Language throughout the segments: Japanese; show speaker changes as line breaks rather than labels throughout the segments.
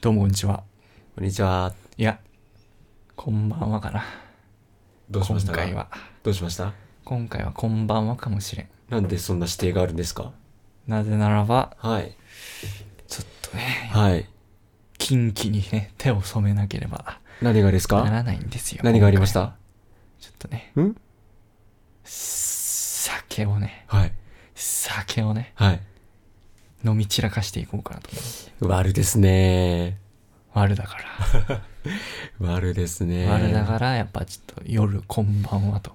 どうもこんにちは。
こんにちは。
いや、こんばんはかな。
どうしました
今
か
回は。
どうしました
今回はこんばんはかもしれん。
なんでそんな指定があるんですか
なぜならば、
はい。
ちょっとね、
はい。
近畿にね、手を染めなければ
何がです
な
から
ないんですよ。
何がありました
今回ちょっとね、
ん
酒をね、
はい。
酒をね、
はい。
飲み散らかしていこうかなと思う。
悪ですね。
悪だから。
悪ですね。
悪だから、やっぱちょっと夜こんばんはと。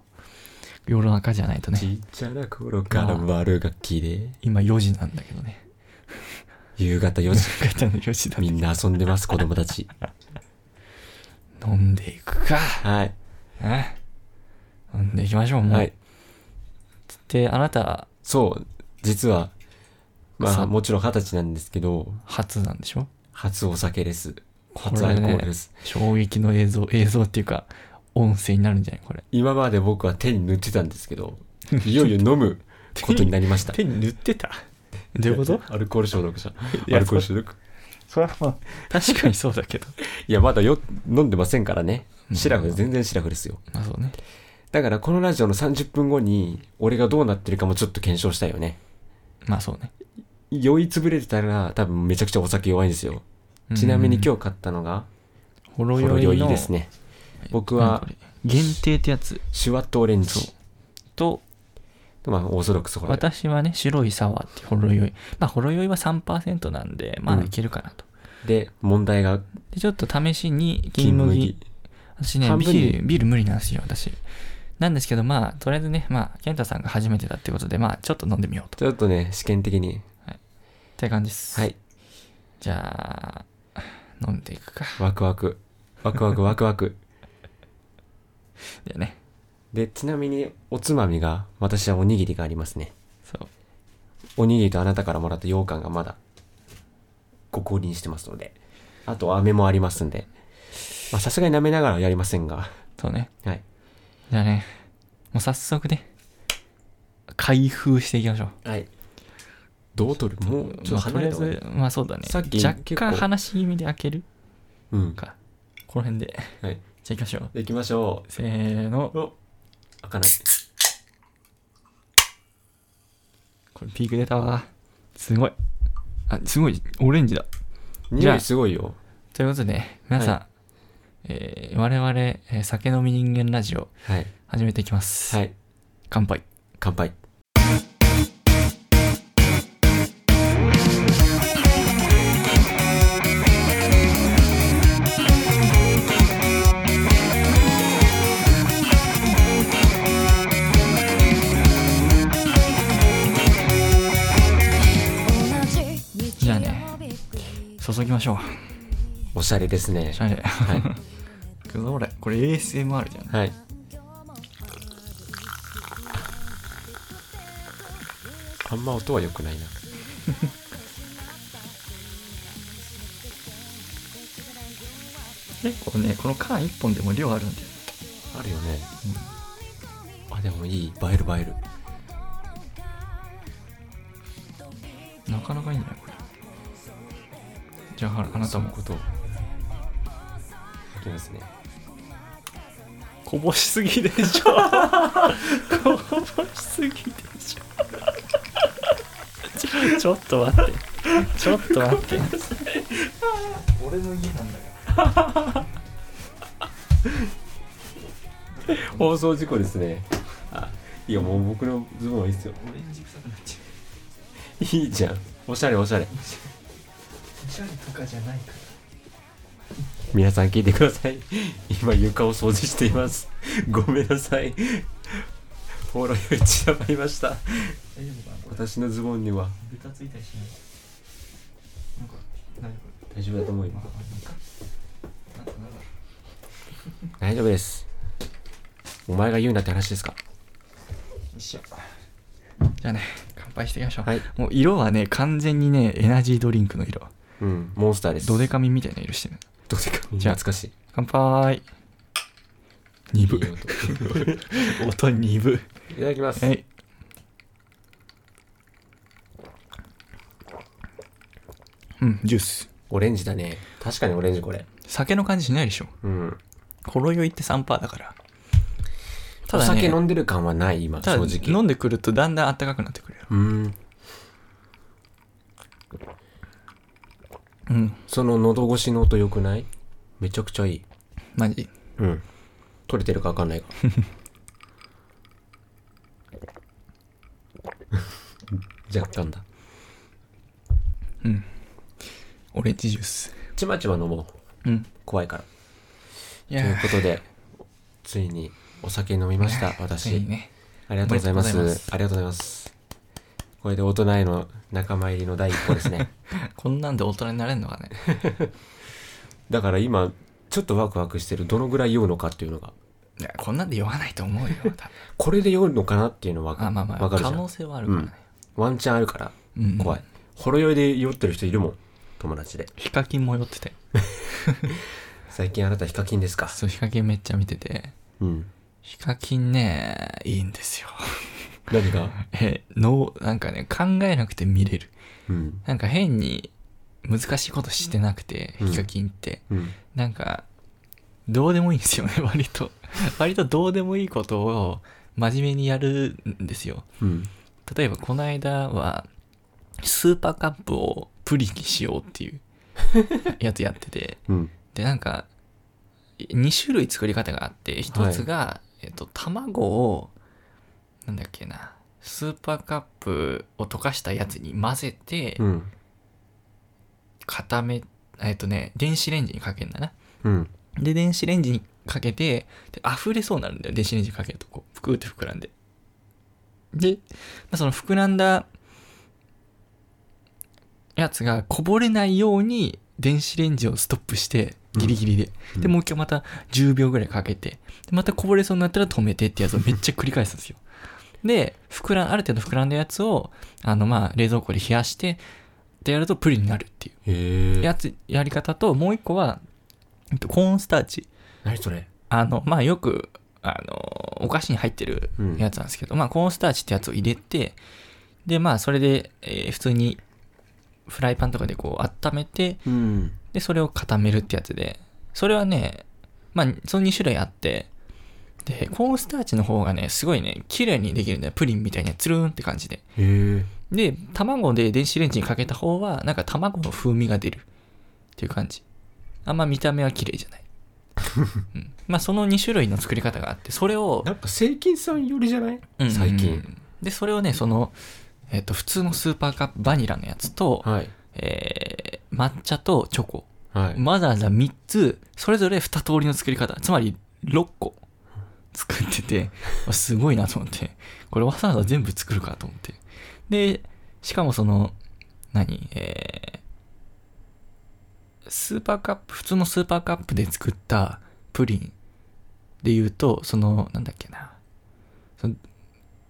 夜中じゃないとね、
ちっちゃな頃から
ま
悪がきで、
今4時なんだけどね。
夕方4時、
方の4時だね
みんな遊んで ます、子供たち。
飲んでいくか。
はい。
え飲んでいきましょう、もう。
はい。
で、あなた、
そう、実は、ま
そ
あ
う
もちろん二十歳なんですけど、
初なんでしょ
初お酒です。
こ
初ア
れ
ルコール
ね
で、す。
衝撃の映 像、映像っていうか、音声になるんじゃないこれ。
今まで僕は手に塗ってたんですけど、いよいよ 飲むことになりました。
に塗ってた どういうこと
アルコール消毒じゃ
い
ん。
や
アルコール消毒。
それはまあ、確かにそうだけど。
いや、まだよ、飲んでませんからね
う。ん
シラフ、全然シラフですよ。
まあそうね。
だから、このラジオの30分後に、俺がどうなってるかもちょっと検証したいよね。
まあそう ね。
酔いつぶれてたら、多分めちゃくちゃお酒弱いんですよ。ちなみに今日買ったのが、
日、ほろ
ほろ
酔
酔
い
い
の
ですね。僕
なん
は
かこ、れ限定ってやつ
シュワットオレンジ。
と、
まあ、オーソドックスこれ。
私はね、白いサワーってほろ酔い。まあ、ほろ酔いは3%なんで、ま
う
あ
ん
いけるかなと。
で、問題が、
で、ちょっと試しに、金
金
麦
麦。。
私ね、
半
ビ
分に
ール、ビール無理なんですよ、私。なんですけど、まあ、とりあえずね、まあ、健太さんが初めてだってことで、まあ、ちょっと飲んでみようと。っ
ちょっとね、試験的に。
て感じです。
はい。
じゃあ、飲んでいくか。
ワクワク。ワクワ クワクワク。
でね、
で、ちなみに、おつまみが、私はおにぎりがありますね。
そう。
おにぎりとあなたからもらった羊羹がまだ、ご購入してますので。あと、飴もありますんで。まあ、さすがに舐めながらはやりませんが。
そうね。
はい。
じゃあね、もう早速ね、開封していきましょう。
はい。どう取るもう、ちょっと離れ
ま
た
あと
方がい
り
い
あえ。ず、まあそうだね。
さっき
若
結
干
構
話し気味で開ける
うん。
か。この辺で。
はい。
じゃあ行きましょう。
行きましょ
せーの
う。。お開かない。
これピーク出たわ。すごい。あ、すごい。オレンジだ。じゃ
匂
あ
いすごいよ。
ということで、皆さん、
は
えー我々、えー酒飲み人間ラジオ、
はい。
始めていきます。
はい。
乾杯。
乾杯。
じゃあね
注ぎましょう。
おしゃれですね
おし。ゃれ。
はい。
くぞれ。 これ ASMR じゃん。
はい。あんま音は良くないな。
結構ね、この缶1本でも量あるんで。
あるよね。あ、でもいい。映える映える。
なかなかいいんじゃないこれ。じゃあ、ああなた
そういう
も。
こと。いきますね。
こぼしすぎでしょ。 こぼしすぎでし ょ。ちょちょっと待って。ちょっと待って。俺の家なんだよ。
放送事故ですね。あ、いやもう僕のズボンはいいっすよ。
オレンジ臭くなっちゃう。
いいじゃん。おしゃれおしゃれ。
おしゃれとかじゃないから。
皆さん聞いてください。今床を掃除しています。ごめんなさい。ほろ酔い散らばりました。
大丈夫かなこれ
私のズボンには
ベタついたりしないなんか大丈
大丈夫だと思うよ
夫ま。あいいかなんかなんだ
大丈夫です。お前が言うなって話ですか。
一緒じゃあね乾杯していきましょう、
はい。
もう色はね完全にねエナジードリンクの色
うん、モンスターです。
ドデカミンみたいな色してる
どうでか。
じゃ
懐
あ
かしい。
乾杯鈍
いい音い
音鈍
ただきます。
はいうんジュース
オレンジだね確かにオレンジこれ
酒の感じしないでしょ
うん
ほろ酔いって3%だからた
お
だね
酒飲んでる感はない今
た
正
だ
直
飲んでくるとだんだん暖かくなってくるよ
うん
うん
その喉越しの音良くないめちゃくちゃいい
マジ
うん取れてるか分 かんないが若干だ
オレンジジュース
ちまちま飲もう
うん
怖いから
い
と
や
いう
ー
ことでついにお酒飲みました私
いいね
ありがとうございます
おめでとうございます
ありがとうございますこれで大人への仲間入りの第一歩です ね
こんなんで大人になれんのかね
だから今ちょっとワクワクしてるどのぐらい酔うのかっていうのが
いやこんなんで酔わないと思うよ多分
これで酔うのかなっていうのは分か
あまあま
わ
あ
かるじゃ
可
ん
能性はあるからね、
ワンチャンあるから
うん
怖い、ほろ酔いで酔ってる人いるもん友達で
ヒカキンも酔ってて
最近あなたヒカキンですか
そうヒカキンめっちゃ見てて
うん
ヒカキンねいいんですよ
何が
えのなんかね考えなくて見れる
うん
なんか変に難しいことしてなくて、
うん
ヒカキンって
うん
なんかどうでもいいんですよね割と 割とどうでもいいことを真面目にやるんですよ
うん
例えばこの間はスーパーカップをプリンにしようっていう やつやってて
うん
でなんか2種類作り方があって1つが、えっと、卵をなんだっけなスーパーカップを溶かしたやつに混ぜて
うん
固め、えっとね電子レンジにかけるんだな
うん
で電子レンジにかけてで溢れそうになるんだよ電子レンジにかけるとこうふくって膨らんでで、まあ、その膨らんだやつがこぼれないように電子レンジをストップしてギリギリで、
うん
でもう一回また10秒ぐらいかけてでまたこぼれそうになったら止めてって やつをめっちゃ繰り返すんですよで膨らんある程度膨らんだやつをあのまあ冷蔵庫で冷やしてでやるとプリンになるっていう
へえ
やつやり方ともう一個はえっとコーンスターチ
何それ
あのまあよくあのお菓子に入ってる
うん
やつなんですけど、まあコーンスターチってやつを入れてでまあそれで、えー普通にフライパンとかでこう温めて
うん
でそれを固めるってやつでそれはねまあその2種類あってでコーンスターチの方がねすごいね綺麗にできるんだよプリンみたいなつるんって感じで
へえ
で卵で電子レンジにかけた方はなんか卵の風味が出るっていう感じあんま見た目は綺麗じゃ ない、うん、まあその2種類の作り方があってそれを
なんかセイキンさんよりじゃない
うん
最
う
近
んでそれをねその、えっと普通のスーパーカップバニラのやつと、
はい
えー抹茶とチョコ
はい
わざわざ3つそれぞれ2通りの作り方つまり6個作ってて あすごいなと思ってこれわざわざ全部作るかと思ってでしかもその何えースーパーカップ普通のスーパーカップで作ったプリンで言うとそのなんだっけなその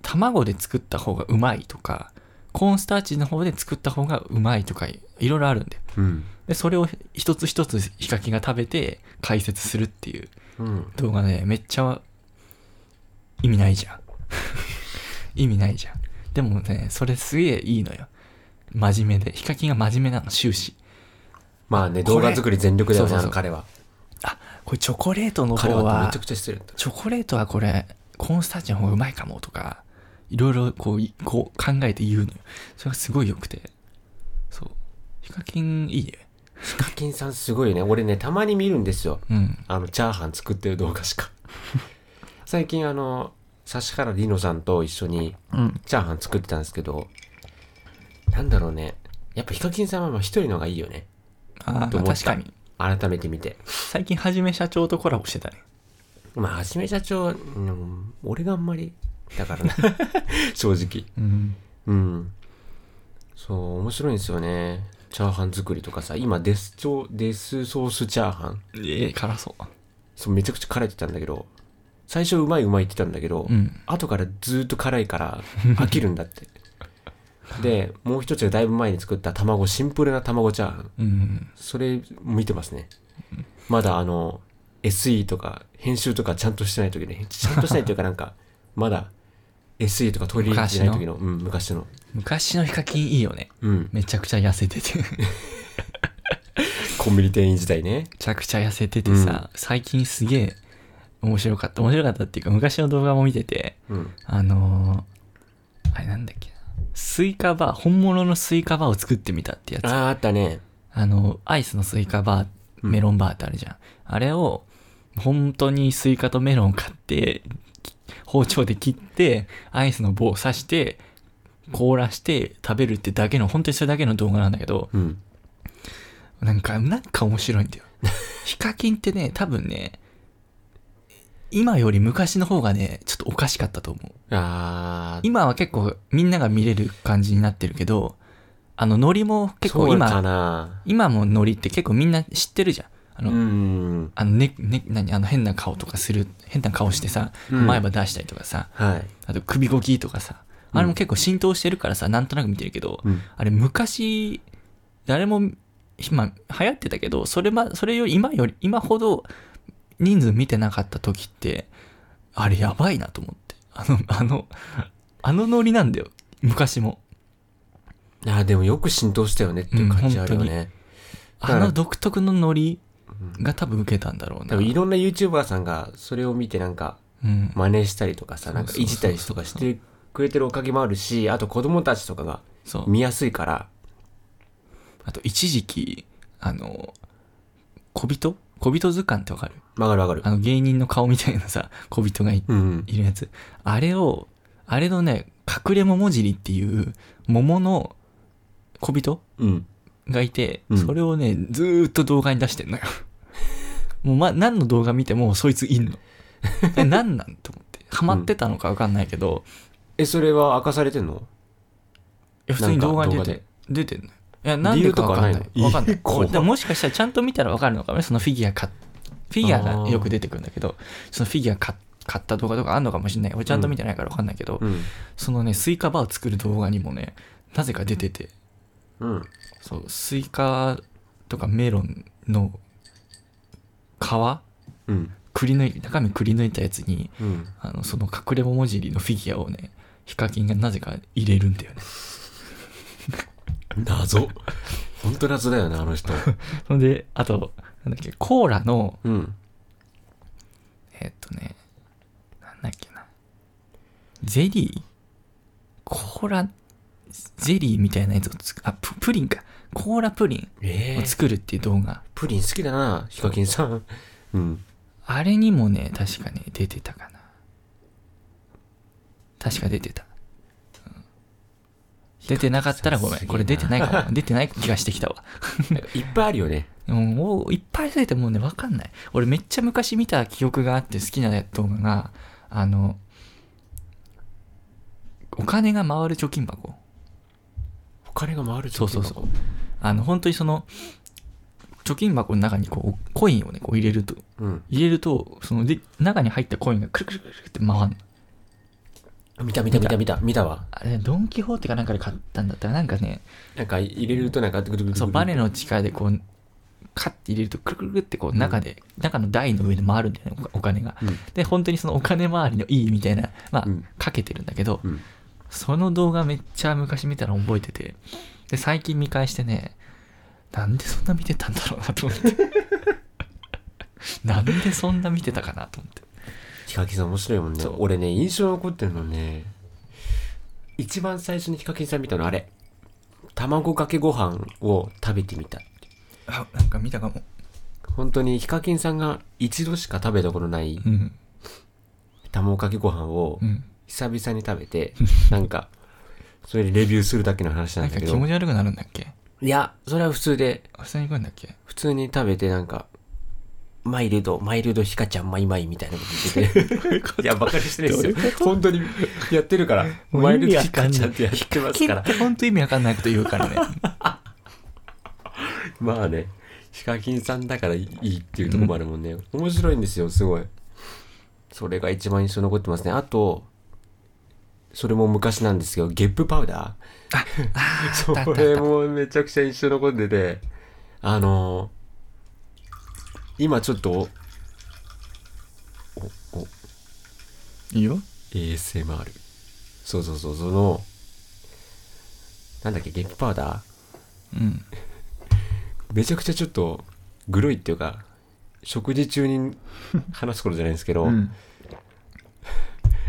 卵で作った方がうまいとかコーンスターチの方で作った方がうまいとかいろいろあるんで
うん
で、それを一つ一つヒカキンが食べて解説するっていう
うん
動画ね、めっちゃ意味ないじゃん。 意味ないじゃん。でもね、それすげえいいのよ。真面目で。ヒカキンが真面目なの、終始。
まあね
これ
動画作り全力だ
そ
よ
うそう
な
そう
彼は
これチョコレートの
彼
方
はめ
は
ちゃ、くちゃ失礼だった
チョコレートはこれ、コーンスターチの方がうまいかもとか、いろいろこうい、こう考えて言うのよ。それがすごい良くて。そう。ヒカキンいいね。
ヒカキンさんすごいよね俺ねたまに見るんですよ
うん。
あの、チャーハン作ってる動画しか。 最近あの、指原莉乃さんと一緒に
うん。
チャーハン作ってたんですけど、なんだろうね。やっぱヒカキンさんはまあ一人の方がいいよね。
ああ、
と思った
確かに。
改めて見て。
最近、はじめ社長とコラボしてたね。
まあ、はじめ社長、うん俺があんまり、だから な。正直。
うん。
うん。そう、面白いんですよね。チャーハン作りとかさ、今デスチョ、デスソースチャーハン。
ええ辛そう。
そう、めちゃくちゃ辛いって言ったんだけど、最初うまいうまいって言ったんだけど、
うん。
後からずーっと辛いから飽きるんだってでもう一つがだいぶ前に作った卵シンプルな卵チャーハン
うん。
それ見てますねまだあの SE とか編集とかちゃんとしてない時ねちゃんとしてないというかなんかまだ SE とか取り入れてない時のうん、昔の
昔のヒカキンいいよね。
うん
めちゃくちゃ痩せてて。
コンビニ店員時代ね
めちゃくちゃ痩せててさ、最近すげえ面白かった面白かったっていうか昔の動画も見てて
うん
あのー、あれなんだっけなスイカバー本物のスイカバーを作ってみたってやつ
あ
あ
ああったね
のアイスのスイカバー
うん
メロンバーってあるじゃん、あれを本当にスイカとメロンを買ってき包丁で切ってアイスの棒を刺して凍らして食べるってだけの本当にそれだけの動画なんだけど
うん
なんか、なんか面白いん だよ。ヒカキンってね、多分ね、今より昔の方がね、ちょっとおかしかったと思う。
ああ
今は結構みんなが見れる感じになってるけど、あの、ノリも結構
そうか
今、
な
今もノリって結構みんな知ってるじゃん。あ
う
の、
ん
あのね、ね、何、あの変な顔とかする、変な顔してさ、
うん
前歯出したりとかさ、
はい
あと首ゴキとかさ、あれも結構浸透してるからさ、なんとなく見てるけど、
うん
あれ昔、誰も、まあ、流行ってたけど、それま、それより、今より、今ほど人数見てなかった時って、あれやばいなと思って。あの、あの、あのノリなんだよ。昔も。
ああでもよく浸透したよねっていう感じあるよね、
あ
だか
の
ら
独特のノリが多分受けたんだろうな。
多分いろんな YouTuber さんがそれを見てなんか
うん。
真似したりとかさなんかいじったりとかしてくれてるおかげもあるしあと子供たちとかが
そう。
見やすいから
あと、一時期、あの、小人小人図鑑ってわかる
わかるわかる
あの芸人の顔みたいなさ、小人がいて
うん
いるやつ。あれを、あれのね、隠れ桃尻っていう桃の小人
うん
がいて、
うん
それをね、ずーっと動画に出して んのよ。もう、ま、何の動画見てもそいついんの。え、何なんと思って。ハマってたのかわかんないけど、
えそれは明かされてんの
いや普通に動画に出
なん
て
か、
出てんのよ。いや、なんでかわかんない
理由。とかないの
わかんな
え
い。こ
怖
れ
い
でももしかしたらちゃんと見たらわかるのかもね。そのフィギュア買っフィギュアがよく出てくるんだけど、そのフィギュア買っ買った動画とかあるのかもしれない。俺ちゃんと見てないからわかんないけど、
うん
そのね、スイカバーを作る動画にもね、なぜか出てて、
うん
そう、スイカとかメロンの皮
うん
くり抜い、中身くり抜いたやつに、
うん
あの、その隠れ桃尻のフィギュアをね、ヒカキンがなぜか入れるんだよね。
謎 本当謎だよねあの人
それ で、あと、なんだっけ、コーラの、
うん
えーっとね、なんだっけな。ゼリーコーラ、ゼリーみたいなやつをつく、あ、ププリンか。コーラプリ
え
ンを作るっていう動画。
プリン好きだなヒカキンさんうん
あれにもね、確かね、出てたかな。確か出てた。うん出てなかったらごめ
さす
ん。
が
これ出てないかも。出てない気がしてきたわ。
なんかいっぱいあるよね
もう、いっぱい出ててもうね、わかんない。俺めっちゃ昔見た記憶があって好きな動画が、あの、お金が回る貯金箱。
お金が回る
そうそうそう。あの、本当にその、貯金箱の中にこう、コインをね、こう入れると、
ううん
入れると、その、で、中に入ったコインがくるくるくるくるって回んの
見た見た見た見た見たわ
あれ、ドン・キホーテかなんかで買ったんだったら、なんかね、
なんか入れるとなんかグルグルグル
そう、バネの力でこう、カッて入れると、くるくるくるってこう、中で、中の台の上で回るんだよね、おお金が。
うん
で、本当にそのお金回りのいいみたいな、まあ、
うん
かけてるんだけど、
うん
その動画めっちゃ昔見たら覚えてて、で、最近見返してね、なんでそんな見てたんだろうなと思 って。なんでそんな見てたかなと思って。
ヒカキンさん面白いもんね
そう
俺ね印象に残ってるのね一番最初にヒカキンさん見たのあれ卵かけご飯を食べてみた
あ、なんか見たかも。
本当にヒカキンさんが一度しか食べたことない
うん。
卵かけご飯を
うん。
久々に食べて、なんかそれでレビューするだけの話な
なんん
だ
か
け
気
ど
持ち悪くなるんだっけ
いやそれは普通で
明日に行くんだっけ
普通に食べてなんかマイルドマイルドヒカちゃんマイマイみたいなこと言ってて いやバカにしてないですよ本当にやってるから
もう
マイル
意味
ド
わ
ヒ
か
カ
んない
ちゃんってやってますから
って本当意味わかんないこと言うからね。
まあね、ヒカキンさんだからいいっていうところもあるもんね。面白いんですよ、すごい。それが一番印象に残ってますね。あと、それも昔なんですけど、ゲップパウダ
あーあったあ
ー。
っ
そ
たあっ
れ
た。
もめちゃくちゃ印象に残ってて、あのー今ちょっと、お、お、
いいよ。
ASMR。そうそうそう、その、なんだっけ、ゲップパウダー
うん。
めちゃくちゃちょっとグロいっていうか食事中に話すことじゃないんですけど、
うん。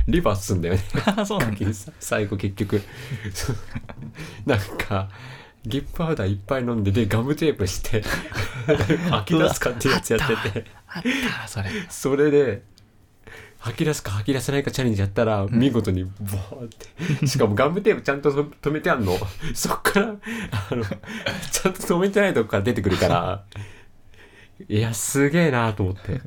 リバースすんだよね
そうなんだ。
最後結局 そうなんかゲップパウダーいっぱい飲んででガムテープして 吐き出すかっていうやつやってて
あそれ。
それで吐き出すか吐き出せないかチャレンジやったら見事にボーってしかもガムテープちゃんと止めてあんの そっからあのちゃんと止めてないとこから出てくるからいやすげえなと思って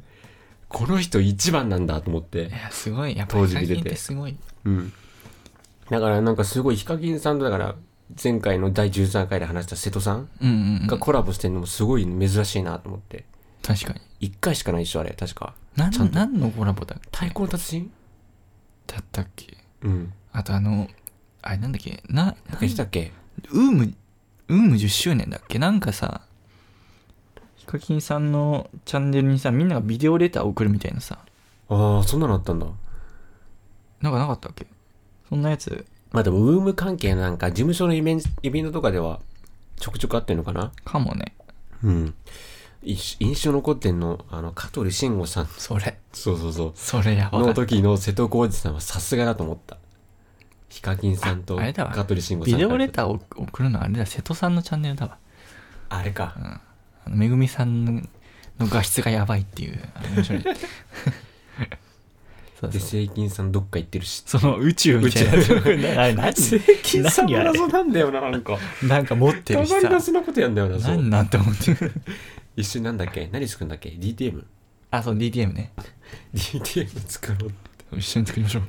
この人一番なんだと思って
いや、すごい。やっぱり
当時見
最
てて
近ってすごい。
うん。だからなんかすごいヒカキンさんとだから前回の第13回で話した瀬戸さん
うんうんうん。
がコラボしてるのもすごい珍しいなと思って。
確かに。
一回しかないでしょあれ、確か。
な
ちゃん
ん、
と
何のコラボだっ
太
け
鼓の達人
だったっけ
うん。
あとあの、あれなんだっけな、
なん
な
かしたっけ
ウーム、ウーム10周年だっけなんかさ、ヒカキンさんのチャンネルにさ、みんながビデオレター送るみたいなさ、
ああ、そんなのあったんだ。
なんかなかったっけそんなやつ
まあでも、ウーム関係なんか事務所のイベントイベントとかではちょくちょくあってんのかな
かもね。
うん。い印象残ってんの、あの、香取慎吾さん。
それ。
そうそうそう。
それやばか
の
った
時の瀬戸康史さんはさすがだと思った。ヒカキンさんと
ああれだわ
香取慎吾さ
ビ
んから
デオレターを送るのはあれだ、瀬戸さんのチャンネルだわ。
あれか。
あのめぐみさんの画質がやばいっていう、あの面白い。 そう
で、
そう
セイキンさんどっか行ってるし。
その宇宙みたいな
宇宙
な 何
セイキンさんも
何あれ
謎なんだよな、なんか。
なんか持って
たま
るし
に
さ。
謎なことやんだよな、そう
何。なんて思って る。
一緒になんだっけ何作るんだっけ ?DTM。
あ、そう、DTM ね。
DTM 作ろう。
一緒に作りましょう。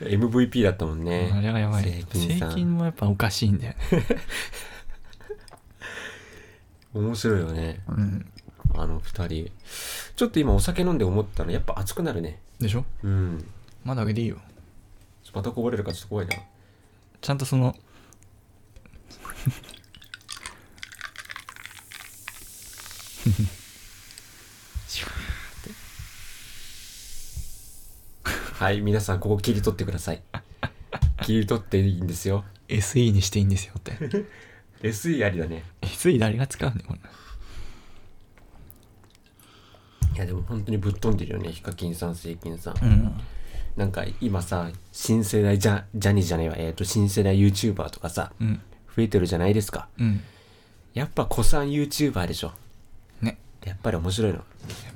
MVP だったもんね。
あれはやばい。
セイキン
税
さん。
金もやっぱおかしいんだよね。
面白いよね。
うん。
あの二人。ちょっと今お酒飲んで思ったの、やっぱ熱くなるね。
でしょ
うん。
まだあげていいよ。
またこぼれるからちょっと怖いな。
ちゃんとその、
はい、皆さんここ切り取ってくだ さい。切り取っていいんですよ。
SE にしていいんですよって。
SE ありだね。
SE 誰が使うんだよ、こんな。
いやでも本当にぶっ飛んでるよね、ヒカキンさん、セイキンさん。
うん。
なんか今さ、新世代ジャ、ジャニーじゃねえわ、えっ、と、新世代 YouTuber とかさ、
うん。
増えてるじゃないですか。
うん。
やっぱ子さん YouTuber でしょ。
ね。
やっぱり面白いの。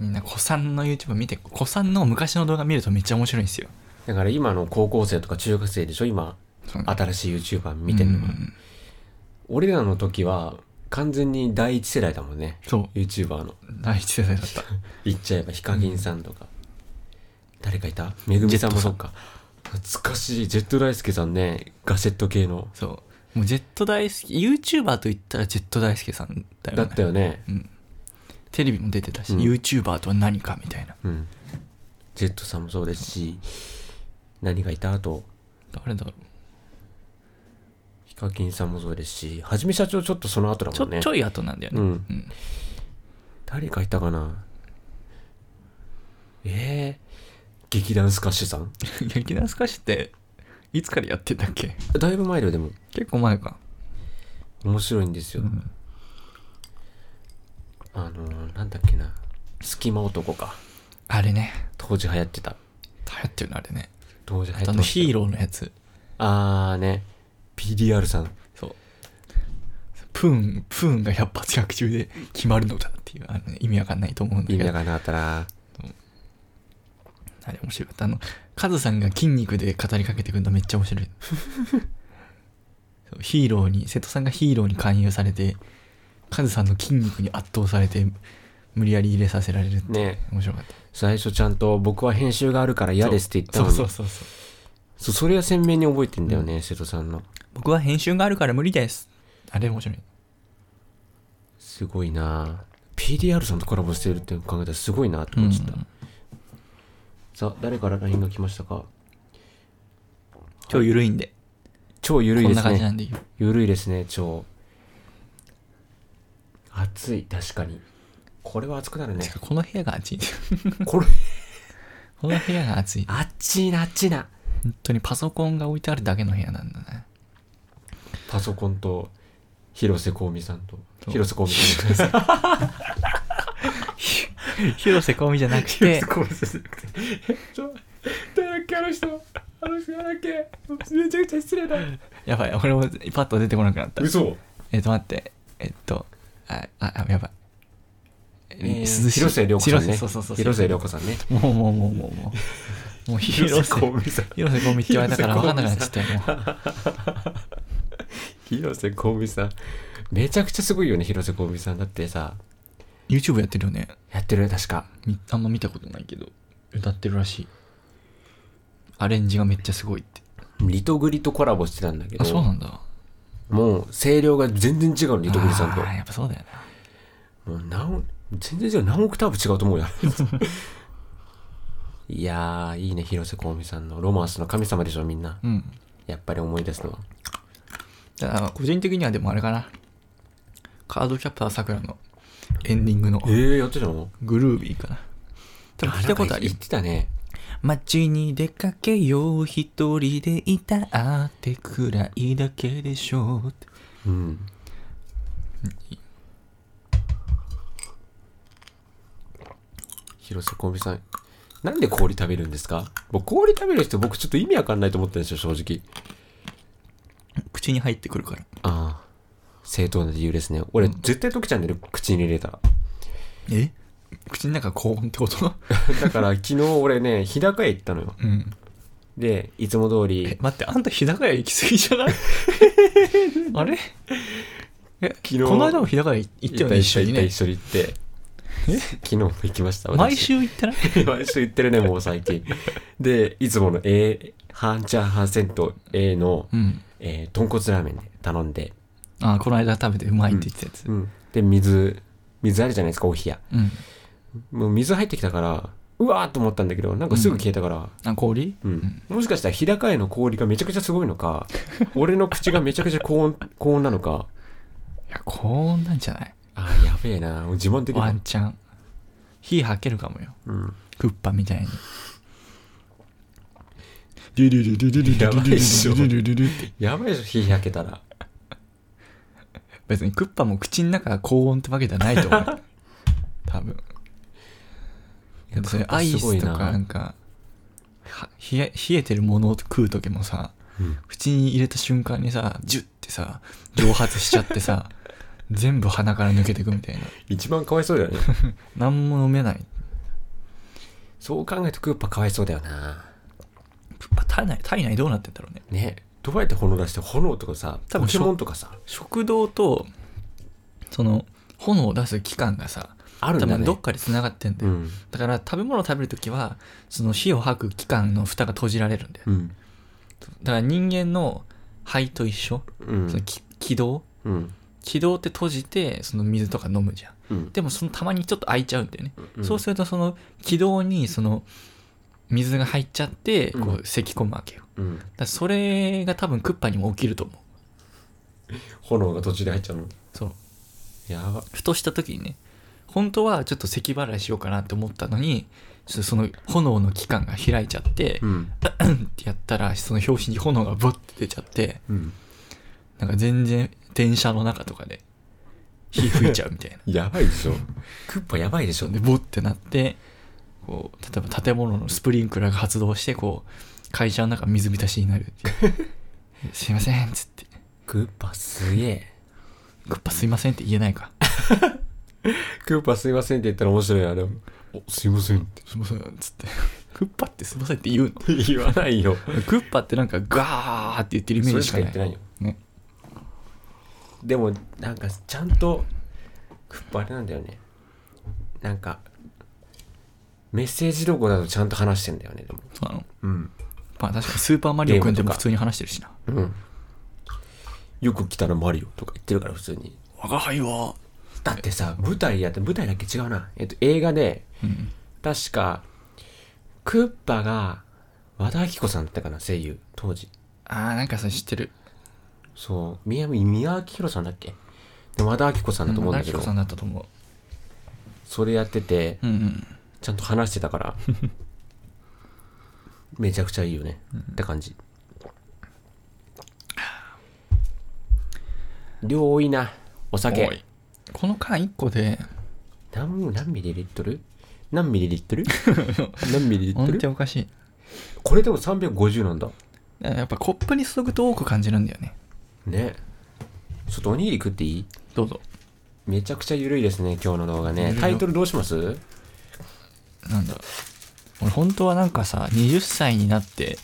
みんな、子さんの YouTube 見て、子さんの昔の動画見るとめっちゃ面白いんですよ。
だから今の高校生とか中学生でしょ、今、
そうね
新しい YouTuber 見てるのは。
うん
俺らの時は、完全に第一世代だもんね。
そう
YouTuber の。
第一世代だった。
言っちゃえば、ヒカキンさんとか。誰かいためぐみさんもそっか。懐かしい。ジェット大輔さんね。ガセット系の。
そう。もうジェット大好き、YouTuber と言ったらジェット大輔さんだよ
だ
ね。
ったよね。
テレビも出てたし、
うん
YouTuber とは何かみたいな。
うん。ジェットさんもそうですし、何がいたあと、
誰だろう。
ヒカキンさんもそうですし、はじめ社長ちょっとその後だ
ちょ
もんね。
ちょい後なんだよね。
うん
うん
誰かいたかなええ劇団スカッシュさん
劇団スカッシュっていつからやってたっけ
だいぶ前だよ、でも。
結構前か
面白いんですよ。
ん
あのー、なんだっけな。隙間男か。
あれね
当時流行ってた。
流行ってるのあれね
当時流行
あと
って
あの
ました
ヒーローのやつ
あーね。PDR さん。
そうプーンプーンが百発百中で決まるのだっていうあの、ね、意味わかんないと思うんだ
意
け
味
ど
わかんなかったな。
あれ面白かったあのカズさんが筋肉で語りかけてくるのめっちゃ面 白いそうヒーローに瀬戸さんがヒーローに勧誘されてカズさんの筋肉に圧倒されて無理やり入れさせられるって
ね
面白かった
最初ちゃんと僕は編集があるから嫌ですって言ったのに。
そうそうそうそう
そうそれは鮮明に覚えてんだよね、瀬戸さんの。
僕は編集があるから無理です。あれ面白い。
すごいなぁ PDR さんとコラボしてるって考えたらすごいなと思っちゃった。
うん
さあ、誰から LINE が来ましたか
今日緩いんで。
超ゆるい
こん
で
な
す
感じな
ね。
んでいいよ。
ゆるいですね、超。暑い、確かに。これは暑くなるね
て。かこの部屋が暑い。
これ、
この部屋が暑い。
あっちいな、あっちいな。
本当にパソコンが置いてあるだけの部屋なんだね。
パソコンと広瀬香美さんと
そう
広瀬香美 さん
広瀬香美じゃなく
広
て
瀬、香美さんえっと誰だっけあの人あの人誰だっけめちゃくちゃ失礼だ
やばい、俺もパッと出てこなくなった。
嘘
えっと、待って。えっと、あ、あ、やばい。え
え
涼
ー
しい
広瀬涼子さん
広
ね
瀬そうそうそう。
広瀬涼子さんね
もうもうもうもうもう。もう広瀬、
美さん
広瀬香美って言われたから分かんなくなっちゃったよ。もう
広瀬香美さんめちゃくちゃすごいよね広瀬香美さんだってさ
YouTube やってるよね。
やってる確か
みあんま見たことないけど、歌ってるらしい。アレンジがめっちゃすごいって。
リトグリとコラボしてたんだけど
あ、そうなんだ。
もう声量が全然違うのリトグリさんと
あーやっぱそうだよ
もう何全然違う何オクターブ違うと思うよ いやーいいね広瀬香美さんのロマンスの神様でしょみんな、
な。うん。
やっぱり思い出すのは
だから個人的にはでもあれかな。カードキャプターさくらのエンディングの
えー、やってたの
グルービーかな。多分聞いたことあ
なんか
る
言ってたね
街に出かけよう一人でいたってくらいだけでしょうって
うん広瀬香美さんなんで氷食べるんですか僕氷食べる人僕ちょっと意味わかんないと思ったんですよ正直
口に入ってくるから
ああ正当な理由ですね俺、絶対溶けちゃうんだよね口に入れたら
え口の中高温ってこと
だから昨日俺ね日高屋行ったのよ
うん
でいつも通
え
り
待ってあんた日高屋行き過ぎじゃないあれえ
昨日
この間も日高屋行ったよね一緒に
行った
ね
一緒に行って昨日も行きました私
毎週行ったら
毎週行ってるねもう最近でいつもの A 半チャーハンセント A の、
うん
えー豚骨ラーメンで頼んで、
あこの間食べてうまいって言ってたやつ
で水水あるじゃないですかお冷や
うん
もう水入ってきたからうわーと思ったんだけどなんかすぐ消えたから、
あ氷
うんもしかしたら日高屋の氷がめちゃくちゃすごいの か俺の口がめちゃくちゃ高温高温なのか
いや高温なんじゃない
あーやべえなもう自慢的
ワ
な
ンチャン火吐けるかもよ
うん
クッパみたいに
やばいっしょやばいでしょ火焼けたら
別にクッパも口の中が高温ってわけじゃないと思 う多分だってそれアイスとかなんかは冷え冷えてるものを食う時もさ、
うん
口に入れた瞬間にさジュッてさ蒸発しちゃってさ 全部鼻から抜けてくみたいな
一番かわいそうだ よね
何も飲めない
そう考えるとクッパかわいそうだよな
クッパ体内体内どうなってんだろうね
ねどうやって炎出して炎とかさ
多
ポ
分
ケモンとかさ
食道とその炎を出す器官がさ
あるん
多
だ
分
ね
どっかでつながってんだ
う
よ、
ん、
だから食べ物を食べるときはその火を吐く器官の蓋が閉じられるんだよ
うん
だから人間の肺と一緒、
う
その
ん
気気道
うん
気道って閉じてその水とか飲むじゃん
うん
でもそのたまにちょっと開いちゃうんだよね、
うん
そうするとその気道にその水が入っちゃってこ
う
う咳き込むわけよ
うん
だからそれが多分クッパにも起きると思う
炎が途中で入っちゃうの
そう
やば
ふとした時にね本当はちょっと咳払いしようかなって思ったのにちょっとその炎の器官が開いちゃって、
うん
ってやったらその表紙に炎がブッて出ちゃって
うん
なんか全然電車の中とかで火吹いちゃうみたいな
やばいでしょ クッパやばいでしょ
でボッてなってこう例えば建物のスプリンクラーが発動してこう会社の中水浸しになるっていう すいませんっつって
クッパすげえ
クッパすいませんって言えないか
クッパすいませんって言ったら面白いよあれおすいませんっ
すいませんっつって クッパってすいませんって言うの
て 言わないよ
クッパってなんかガーって言ってるイメー
それ
ジし
し
か
か
ない
言ってないよ
ね
でもなんかちゃんとクッパあれなんだよねなんかメッセージロゴだとちゃんと話してんだよねでも
そうなの
うん
まあ確かにスーパーマリオくんでも普通に話してるしな
うんよく来たらマリオとか言ってるから普通に
我が輩は
だってさ舞台やって舞台だっけ違うなえっと映画で
うん
確かクッパが和田アキ子さんだったかな声優当時
あーなんかそれ知ってる
そう宮宮脇宏さんだっけで和田アキ子さんだと思うんだけど、
うん和田アキ子さんだったと思う
それやってて
うんうん
ちゃんと話してたから めちゃくちゃいいよね、って感じ量多いな。お
お
酒
い。この缶1個で
何、何ミリリットル何ミリリッ トル何ミリリッ
音
ト
程
ル
おかしい
これでも350なんだ。
やっぱコップに注ぐと多く感じるんだよね
ね。ちょっとおにぎり食っていい
どうぞ
めちゃくちゃ緩いですね、今日の動画ね
緩。いよ
タイトルどうします
なんだ俺本当はなんかさ20歳になって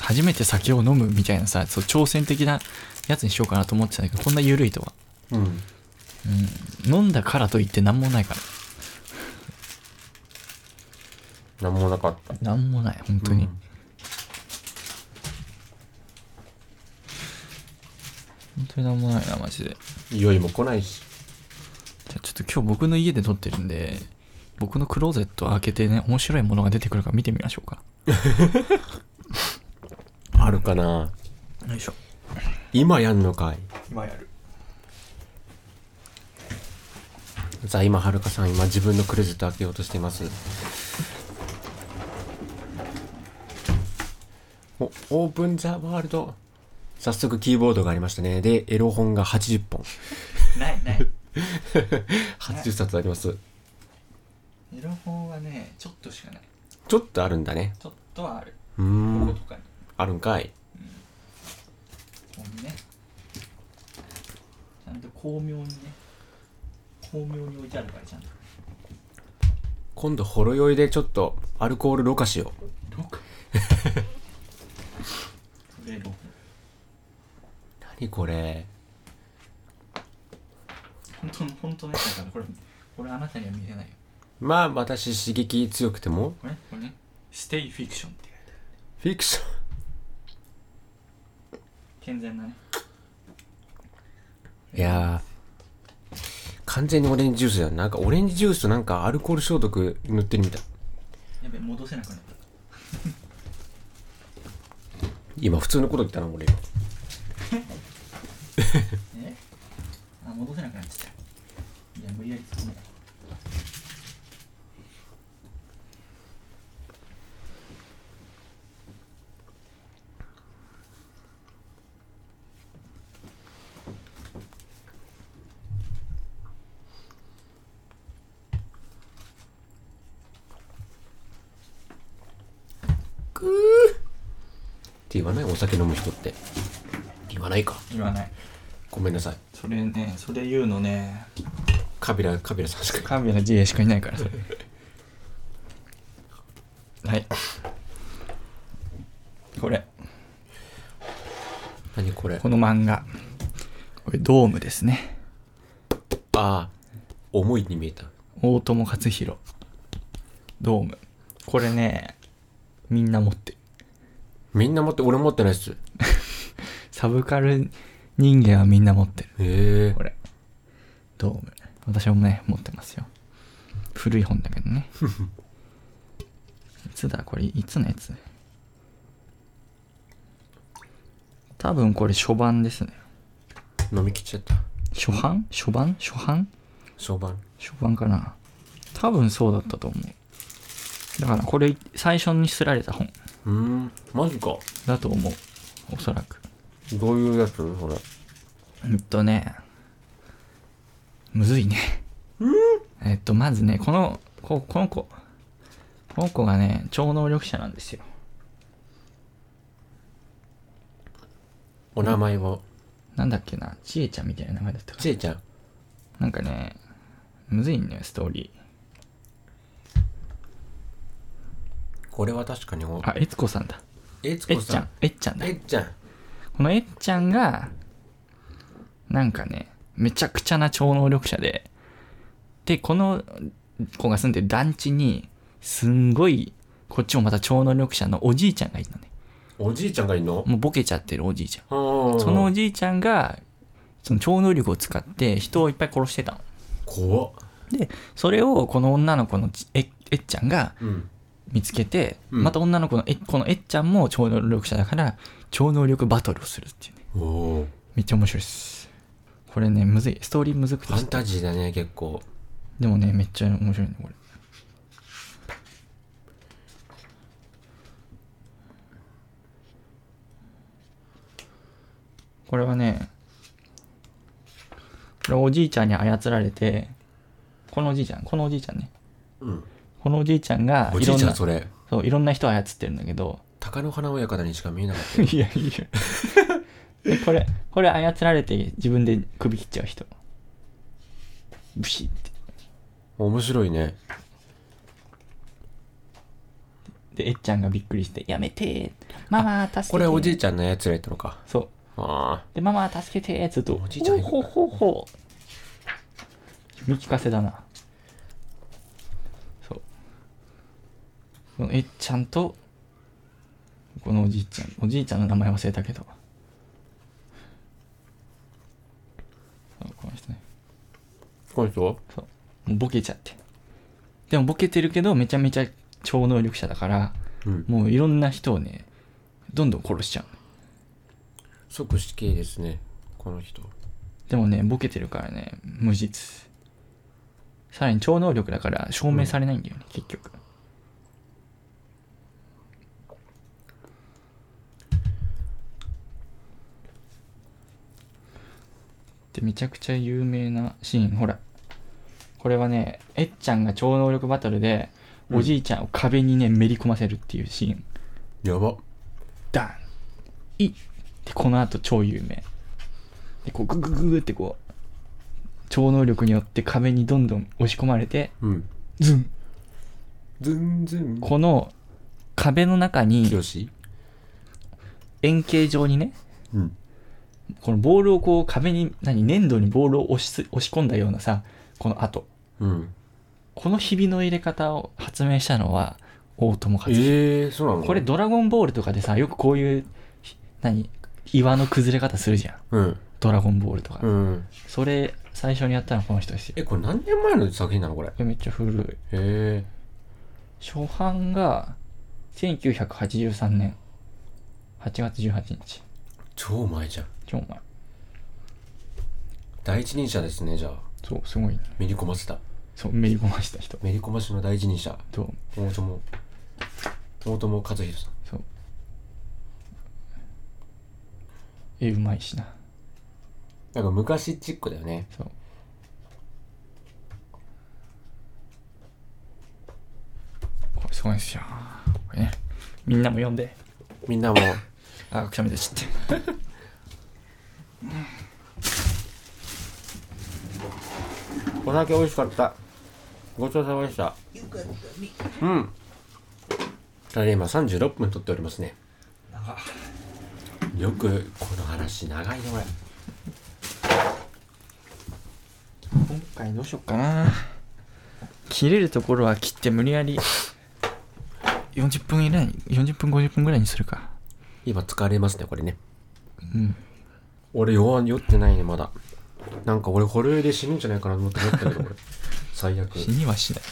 初めて酒を飲むみたいなさそう挑戦的なやつにしようかなと思ってたんだけどこんな緩いとは
うん。
飲んだからといって何もないから
何もなかった。
何もない本当に、
うん
本当に何もないなマジで
匂いも来ないし。
じゃあちょっと今日僕の家で撮ってるんで僕のクローゼットを開けてね面白いものが出てくるか見てみましょうか
あるかな
よいしょ
今やんのかい
今やる
さあ今はるかさん今自分のクレジット開けようとしていますおオープンザワールド早速キーボードがありましたねでエロ本が80本
ない ない
80冊あります
色本はねちょっとしかない
ちょっとあるんだね
ちょっとはある
うーん
かに
あるんかい
ここにねちゃんと巧妙にね巧妙に置いてあるからちゃんと
今度ほろ酔いでちょっとアルコールろ過しよう
それ本
何これ
当の本当のやつだからこれこれあなたには見れないよ
まあ私刺激強くても
これこれねステイフィクションって書いてある
フィクション
健全なね
いやー完全にオレンジジュースじゃんなんかオレンジジュースとなんかアルコール消毒塗ってるみたい
やべ戻せなくなった
今普通のこと言ったな俺今
えあ戻せなくなっちゃったいや無理やり突っ込めた
って言わないお酒飲む人って言わないか
言わない
ごめんなさい
それねそれ言うのね
カビラカビラさんしか
カンビの GA しかいないからそれ はいこれ
何これ
この漫画これドームですね
ああ重いに見えた
大友克洋ドームこれねみんな持ってる
みんな持って俺持ってないっすへ
サブカル人間はみんな持ってる
え
これドーム私もね持ってますよ古い本だけどねいつだこれいつのやつ多分これ初版ですね
飲み切っちゃった
初版初版初版
小判
初版かな多分そうだったと思うだからこれ最初にすられた本
うーんマジか
だと思うおそらく
どういうやつそれ
うんとね、むずいね。えっと、まずね、この、ここの子。この子がね、超能力者なんですよ。
お名前を
なんだっけな、ちえちゃんみたいな名前だったか
ちえちゃん
な。なんかね、むずいんだよ、ストーリ
これは確かにお
ー。あ、えつこさんだ。
えつ
え
こ
っちゃ
さ
ん、えっちゃん
ん
だ
え。っちゃん
このえっちゃんが、なんかね、めちゃくちゃな超能力者で、で、この子が住んでる団地に、すんごい、こっちもまた超能力者のおじいちゃんがいるのね。
おじいちゃんがいるの
もうボケちゃってるおじいちゃん。そ
そ
のおじいちゃんが、その超能力を使って人をいっぱい殺してたの。
怖っ
で、それをこの女の子のちええっちゃんが
うん
見つけて、
うん
また女の子のえ、このえっちゃんも超能力者だから、超能力バトルをするっていうね。
おお
めっちゃ面白いです。これね、むずい。ストーリーむずく
フ
て。
ァンタジーだね結構
でもね、めっちゃ面白いね、これ。これはね、れおじいちゃんに操られてこのおじいちゃんこのおじいちゃんね
うん。
このおじいちゃんが
お
い
じ
ろ
い
ん
ちゃ
なん
それ、
そういろんな人を操ってるんだけど
鷹の花親方にしか見えなかっ
いやいや でこれこれ操られて自分で首切っちゃう人ブシッて
た。面白いね。
でえっちゃんがびっくりして「やめてママ助けて」
これおじいちゃんのやつらやったのか。
そう
あ
で「ママ助けて」っつうと
おじいちゃん
ほうほうほうほう読み聞かせだなそうこのえっちゃんとこのおじいちゃんおじいちゃんの名前忘れたけどそうこの人ね
あ。この人
そうもうボケちゃってでもボケてるけどめちゃめちゃ超能力者だから
うん。
もういろんな人をねどんどん殺しちゃう
即死刑ですね。この人。
でもね、ボケてるからね、無実。さらに超能力だから証明されないんだよね、結局。で、めちゃくちゃ有名なシーン、ほら。これはね、えっちゃんが超能力バトルで、
うん
おじいちゃんを壁にね、めり込ませるっていうシーン。
やば。
ダンいでこの後超有名でこうググググってこう超能力によって壁にどんどん押し込まれて
うん。
ズン
ずんずん。
この壁の中
き
に
よし
円形状にね
うん。
このボールをこう壁に何粘土にボールを押しす押し込んだようなさこの後
うん。
このひびの入れ方を発明したのは大友克洋
ええー、そうなの
これ、ドラゴンボールとかでさよくこういうひ何岩の崩れ方するじゃん
うん。
ドラゴンボールとか、
うん。
それ最初にやったのはこの人ですよ
え、これ何年前の作品なのこれ。へ
これめっちゃ古い
え。
初版が1983年8月18日
超前じゃん。
超前
第一人者ですね、じゃあ。
そうすごいね
めり込ませた。
そうめり込ました人
めり込ましの第一人者。
と
大友。大友和弘さん。
そうえうまいしな
なんか昔チックだよね。
そうこれすごいんですよこれねみんなも読んで
みんなも。
あくしゃみ出ちゃって
お酒美味しかった。ごちそうさまでした。うん。ただ今36分撮っておりますね。よくこの話長いね、これ。
今回どうしよっかな切れるところは切って無理や り40分以内に40分50分ぐらいにするか
今疲れますね、これね。
うん
俺酔わん酔ってないね、まだ。なんか俺、保留で死ぬんじゃないかなと思って思ったけど、 これ。最悪。
死にはしない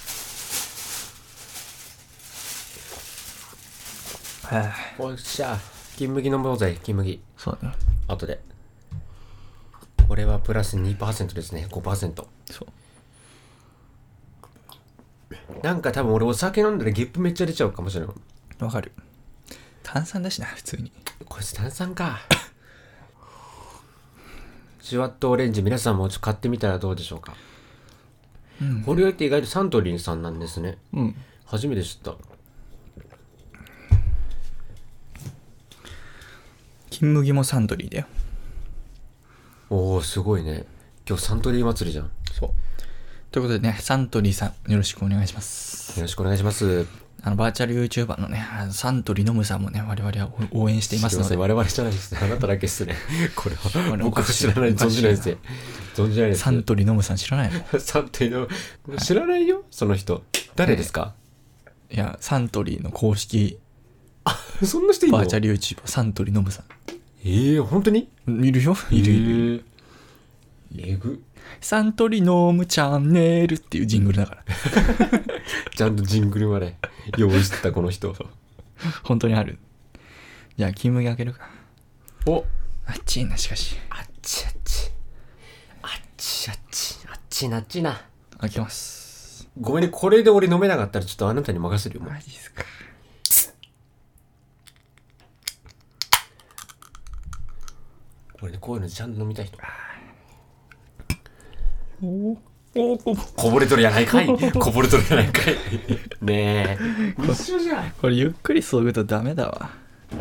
はあ
おっしゃ。金麦飲もうぜ、金麦。
そうだね
後で。これはプラス2%ですね、5%。
そう
なんか多分俺お酒飲んだらゲップめっちゃ出ちゃうかもしれない。
わかる炭酸だしな普通に
こいつ炭 酸か。シュワットオレンジ皆さんもちょっと買ってみたらどうでしょうか。
うん
ホリエって意外とサントリーさんなんですね。
うん
初めて知った。
金麦もサントリーだよ
おおすごいね。今日サントリー祭りじゃん。
そうということでねサントリーさんよろしくお願いします
よろしくお願いします。
あのバーチャル YouTuber のねあのサントリーのむさんもね我々は応援していますの
す
で
いません我々じゃないですね。あなただけで すね。これ
こ
は
れお
僕
か
は
しい
知らない、
おか
存
しい
じ
な
ないですね。存じないです。
サントリーのむさん知らないの
サントリーの、知らないよ、その人。誰ですか、
いや、サントリーの公式
そんな人いるの
バーチャル YouTuber、サントリーのむさ
ええ本当に
ん。いるよいるいる。
ええぐ。
サントリーのむチャンネルっていうジングルだから。
ちゃんとジングルまで用意してたこ の人。
本当にある。じゃあ、金麦開けるか。
お
あっちいな、しかし。
あっちあっち。あっちあっち。あっちなっちな。
開けます。
ごめんね、これで俺飲めなかったらちょっとあなたに任せるよ。もう
マジっすか。
俺ね、こういうのちゃんと飲みたい人。
おおこ
こぼれとるやないかい こぼれとるやないかいねえ一緒じゃん
これゆっくりそぐとダメだわ
テ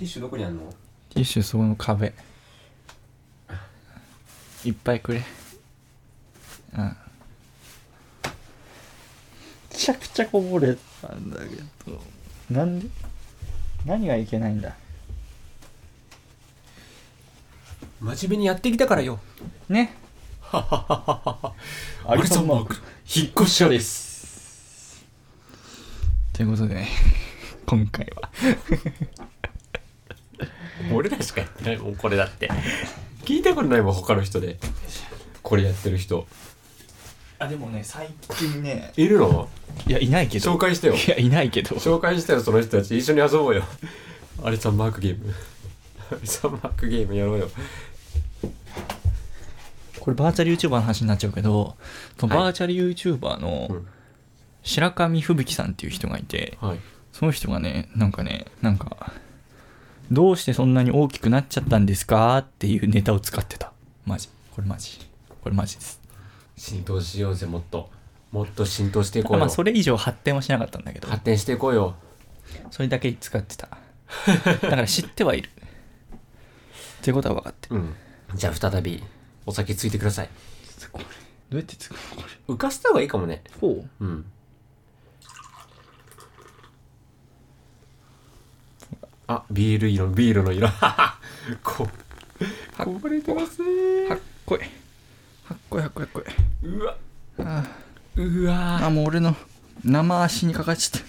ィッシュどこにあんの
ティッシュそこの壁いっぱいくれうんめちゃくちゃこぼれたんだけどなんで何がいけないんだ
真面目にやってきたから よ
ね
アリソンマーク引っ越し屋です
ということで今回は
俺らしかやってないもんこれだって聞いたことないもん他の人でこれやってる人
あでもね最近ね
いるの
いやいないけど
紹介してよ
いやいないけど
紹介してよその人たち一緒に遊ぼうよアリソンマークゲームアリソンマークゲームやろうよ
これバーチャル YouTuber の話になっちゃうけどその
はい
バーチャル YouTuber の
ん
白神吹雪さんっていう人がいて
はい
その人がねなんかねなんかどうしてそんなに大きくなっちゃったんですかっていうネタを使ってたマジこれマジこれマジです
浸透しようぜもっともっと浸透していこう
ま
よ
あそれ以上発展はしなかったんだけど
発展していこうよ
それだけ使ってただから知ってはいるっていうことは分かってる
うんじゃあ再びお酒ついてください
これどうやって作るのこ
浮かせた方がいいかもね
れこう
うんあビール色ビールの色 ここぼれてます
はっこいはっこいはっこいはっこいう
わ
あ
うわ
あもう俺の生足にかかっちゃっ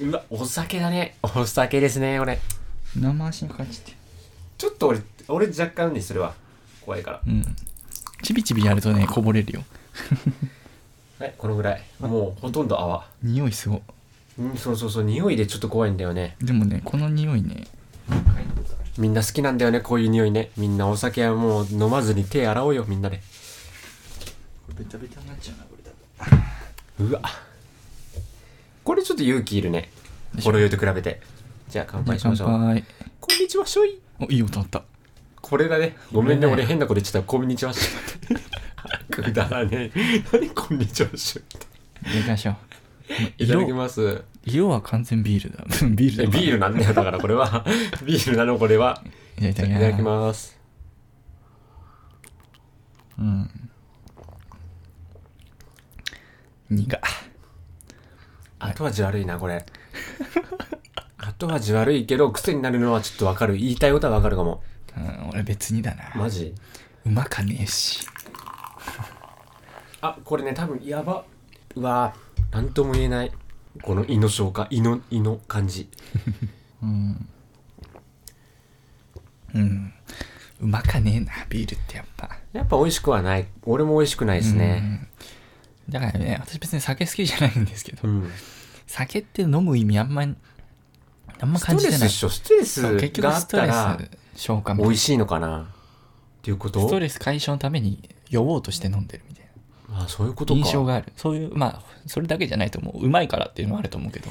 うわお酒だねお酒ですね俺
て生足にかかっちゃって
ちょっと俺俺若干にそれは怖いから
うんちびちびやるとねこぼれるよ
はいこのぐらいもうほとんど泡
匂いすご
うんそうそうそう匂いでちょっと怖いんだよね
でもねこの匂いね
みんな好きなんだよねこういう匂いねみんなお酒はもう飲まずに手洗おうよみんなで
ベタベタになっちゃうなこれ多分
うわこれちょっと勇気いるね
でしょ
ほろ酔いと比べてじゃあ乾杯しま
乾
しょう
杯
こんにちはしょい
おいい音あった
これだねごめんね
これね
俺変なこと言ってたこんにちはしょいくだらね え何こんにちはしょいって
いただきましょう
いただきます
色は完全ビールだビール
え
だ
ビールなんだよだからこ れはビールなのこれは
じゃあい
い
た
た
だき
だき
ます
ます
うん苦
後味悪いなこれ後味悪いけど癖になるのはちょっとわかる言いたいことはわかるかも
うん俺別にだな、
マジ
うまかねえし
あこれね多分やばうわーなんとも言えないこの胃の消化胃の胃の感じ
うんうんうまかねえなビールってやっぱ
やっぱ美味しくはない俺も美味しくないですね
だからね私別に酒好きじゃないんですけど、
うん、
酒って飲む意味あんまあんま
スト
感
レ
じてな
スで
い
しょストレ
そう結
スが
局
あ
ス
っ
ト
た
レ
ら
ス消化み
美
たい
味
な
しいのかなっていうこと
ストレス解消のために酔おうとして飲んでるみたいな
あそういうことか
印象があるそういうまあそれだけじゃないと思ううまいからっていうのはあると思うけど